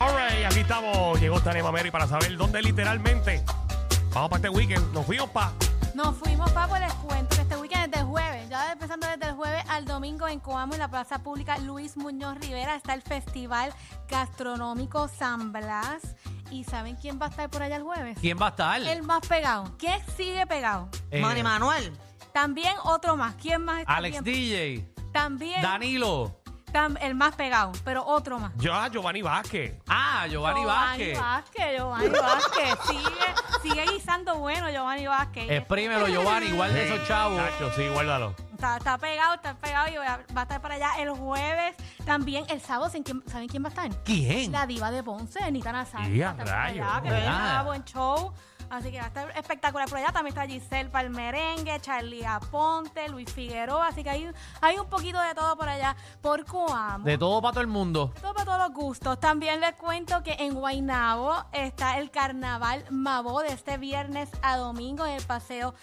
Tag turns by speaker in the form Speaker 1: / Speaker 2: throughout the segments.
Speaker 1: Alright, aquí estamos. Llegó Tanema Mary para saber dónde literalmente vamos para este weekend. Nos fuimos para.
Speaker 2: Nos fuimos, Paco, les cuento que este weekend desde el jueves, ya empezando desde el jueves al domingo en Coamo, en la Plaza Pública Luis Muñoz Rivera, está el Festival Gastronómico San Blas. ¿Y saben quién va a estar por allá el jueves?
Speaker 3: ¿Quién va a estar?
Speaker 2: El más pegado. ¿Quién sigue pegado?
Speaker 3: Eh,
Speaker 4: Manny Manuel.
Speaker 2: También otro más. ¿Quién más está
Speaker 3: Alex
Speaker 2: bien?
Speaker 3: DJ.
Speaker 2: También
Speaker 3: Danilo.
Speaker 2: tam- el más pegado, pero otro más.
Speaker 1: Ya, Giovanni Vázquez.
Speaker 3: Ah, Giovanni Vázquez.
Speaker 2: Vázquez, Giovanni Vázquez. Sigue, sigue guisando bueno Giovanni Vázquez. este
Speaker 3: Exprímelo, Giovanni, igual de esos chavos.
Speaker 1: Nacho, sí, guárdalo.
Speaker 2: Está, está pegado, está pegado y va va a estar para allá el jueves. También el sábado, ¿saben quién, saben quién va a estar?
Speaker 3: ¿Quién?
Speaker 2: La diva de Ponce, Nita Nazario.
Speaker 1: ¡Y a
Speaker 2: va a estar por
Speaker 1: rayos!
Speaker 2: allá, Que
Speaker 3: ¿Verdad?
Speaker 2: viene a buen show. Así que va a estar espectacular por allá. También está Giselle Palmerengue, Charlie Aponte, Luis Figueroa. Así que hay, hay un poquito de todo por allá. Por Coamo.
Speaker 3: De todo para todo el mundo.
Speaker 2: Todo para todos los gustos. También les cuento que en Guaynabo está el carnaval Mabó de este viernes a domingo en el paseo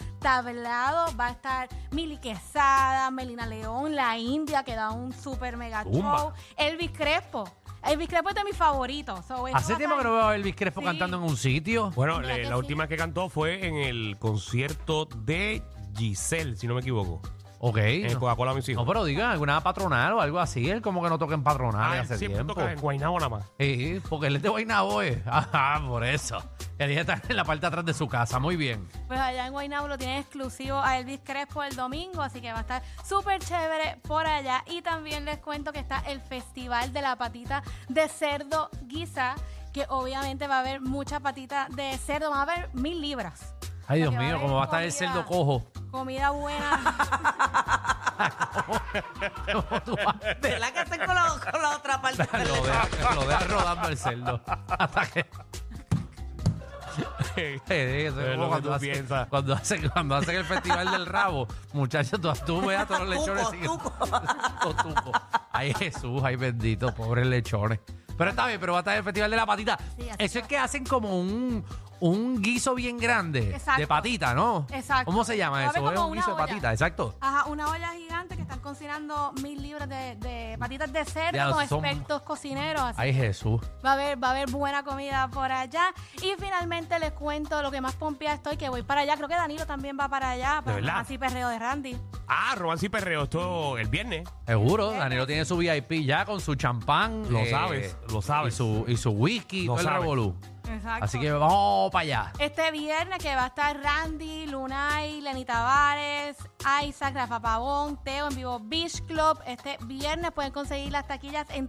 Speaker 2: Tablado. Va a estar Mili Quesada, Melina León, La India, que da un super mega
Speaker 1: Zumba.
Speaker 2: show. Elvis Crespo. Elvis Crespo es de mis favoritos. So, eso
Speaker 3: Hace
Speaker 2: va a
Speaker 3: tiempo que
Speaker 2: estar-
Speaker 3: no veo a Elvis Crespo
Speaker 2: Pues Sí.
Speaker 3: cantando en un sitio.
Speaker 1: Bueno,
Speaker 2: Mira
Speaker 1: le-
Speaker 2: que
Speaker 1: la
Speaker 2: sí.
Speaker 1: última que cantó fue en el concierto de Giselle, si no me equivoco.
Speaker 3: Ok.
Speaker 1: En el
Speaker 3: No,
Speaker 1: Coca-Cola, mis hijos.
Speaker 3: no, pero diga, alguna patronal o algo así. Él como que no toca en patronal
Speaker 1: Ah, él
Speaker 3: hace
Speaker 1: siempre
Speaker 3: tiempo.
Speaker 1: toca en Guaynabo nada más.
Speaker 3: Sí, porque él es de Guaynabo, eh. Ajá, por eso. Él ya está en la parte de atrás de su casa. Muy bien.
Speaker 2: Pues allá en Guaynabo lo tienen exclusivo a Elvis Crespo el domingo, así que va a estar súper chévere por allá. Y también les cuento que está el Festival de la Patita de Cerdo Guisa, que obviamente va a haber mucha patita de cerdo, van a haber mil libras.
Speaker 3: Ay,
Speaker 2: O sea,
Speaker 3: Dios
Speaker 2: que
Speaker 3: mío,
Speaker 2: haber
Speaker 3: cómo va a estar el
Speaker 2: comida-
Speaker 3: cerdo cojo.
Speaker 2: Comida buena.
Speaker 3: Tú vas-
Speaker 4: ¿Verdad que estoy con la, con la otra parte?
Speaker 3: lo deja, lo deja rodando el cerdo. Hasta que. Eh, eso es
Speaker 1: Es
Speaker 3: como
Speaker 1: lo que
Speaker 3: cuando,
Speaker 1: tú
Speaker 3: hacen,
Speaker 1: piensas.
Speaker 3: cuando, hacen, cuando hacen el festival del rabo, muchachos, tú, tú ves a todos los lechones.
Speaker 4: Tuco,
Speaker 3: sin-
Speaker 4: tuco.
Speaker 3: Tuco, tuco. Ay, Jesús, ay, bendito, pobres lechones. Pero está bien, pero va a estar el festival de la patita.
Speaker 2: Sí, así
Speaker 3: Eso es que hacen como un, un guiso bien grande de
Speaker 2: Exacto.
Speaker 3: patita, ¿no?
Speaker 2: Exacto.
Speaker 3: ¿Cómo se llama
Speaker 2: Sabe
Speaker 3: eso? Es
Speaker 2: como
Speaker 3: un
Speaker 2: una
Speaker 3: guiso de
Speaker 2: olla.
Speaker 3: patita, exacto.
Speaker 2: Ajá, una olla gigante que están cocinando mil libras de, de patitas de cerdo
Speaker 3: Ya,
Speaker 2: con
Speaker 3: son-
Speaker 2: expertos cocineros. así
Speaker 3: Ay, Jesús.
Speaker 2: Va a haber, va a haber buena comida por allá. Y finalmente les cuento lo que más pompía estoy, que voy para allá. Creo que Danilo también va para allá. para
Speaker 1: verdad?
Speaker 2: Así perreo de Randy.
Speaker 1: Ah, Romance y Perreo, esto el viernes.
Speaker 3: Seguro, Danilo tiene su VIP ya con su champán. eh,
Speaker 1: Lo sabes, lo sabes.
Speaker 3: Y su, y su whisky,
Speaker 1: Lo
Speaker 3: todo el
Speaker 1: sabes.
Speaker 3: revolú.
Speaker 2: Exacto.
Speaker 3: Así que vamos para allá.
Speaker 2: Este viernes que va a estar Randy, Lunay, Lenny Tavares, Isaac, Rafa Pavón, Teo en vivo Beach Club. Este viernes pueden conseguir las taquillas en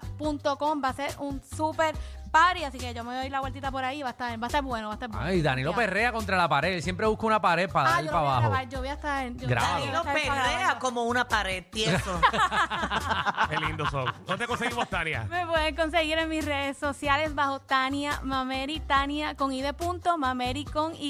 Speaker 2: tiquetera.com. Va a ser un súper party, así que yo me doy la vueltita por ahí. Va a estar, va a estar bueno, va a estar bueno.
Speaker 3: Ay, Danilo
Speaker 2: Ya.
Speaker 3: perrea contra la pared. Él siempre busca una pared para
Speaker 2: Ah,
Speaker 3: dar
Speaker 2: yo lo
Speaker 3: para
Speaker 2: voy a
Speaker 3: abajo.
Speaker 2: grabar, yo voy a estar yo-
Speaker 3: Graba.
Speaker 2: yo voy a
Speaker 4: Danilo
Speaker 2: estar grabando.
Speaker 4: perrea como una pared, tieso.
Speaker 1: Qué lindo son. ¿Dónde conseguimos, Tania?
Speaker 2: Me pueden conseguir en mis redes sociales bajo Tania Mameri, Tania con I de punto, Mameri con Y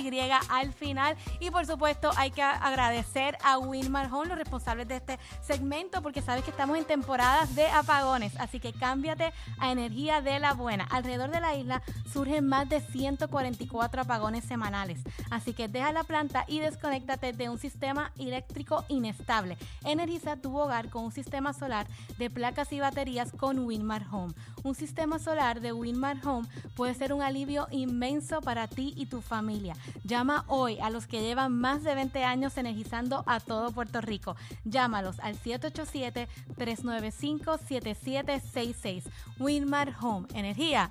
Speaker 2: al final. Y por supuesto hay que a- agradecer a Wilmar Home, los responsables de este segmento, porque sabes que estamos en temporadas de apagones, así que cámbiate a energía de la buena. Alrededor de la isla surgen más de 144 apagones semanales, así que deja la planta y desconéctate de un sistema eléctrico inestable. Energiza tu hogar con un sistema solar de placas y baterías con Winmar Home. Un sistema solar de Winmar Home puede ser un alivio inmenso para ti y tu familia. Llama hoy a los que llevan más de 20 años energizando a todo Puerto Rico. Llámalos al 787-395-7766. Winmar Home, energía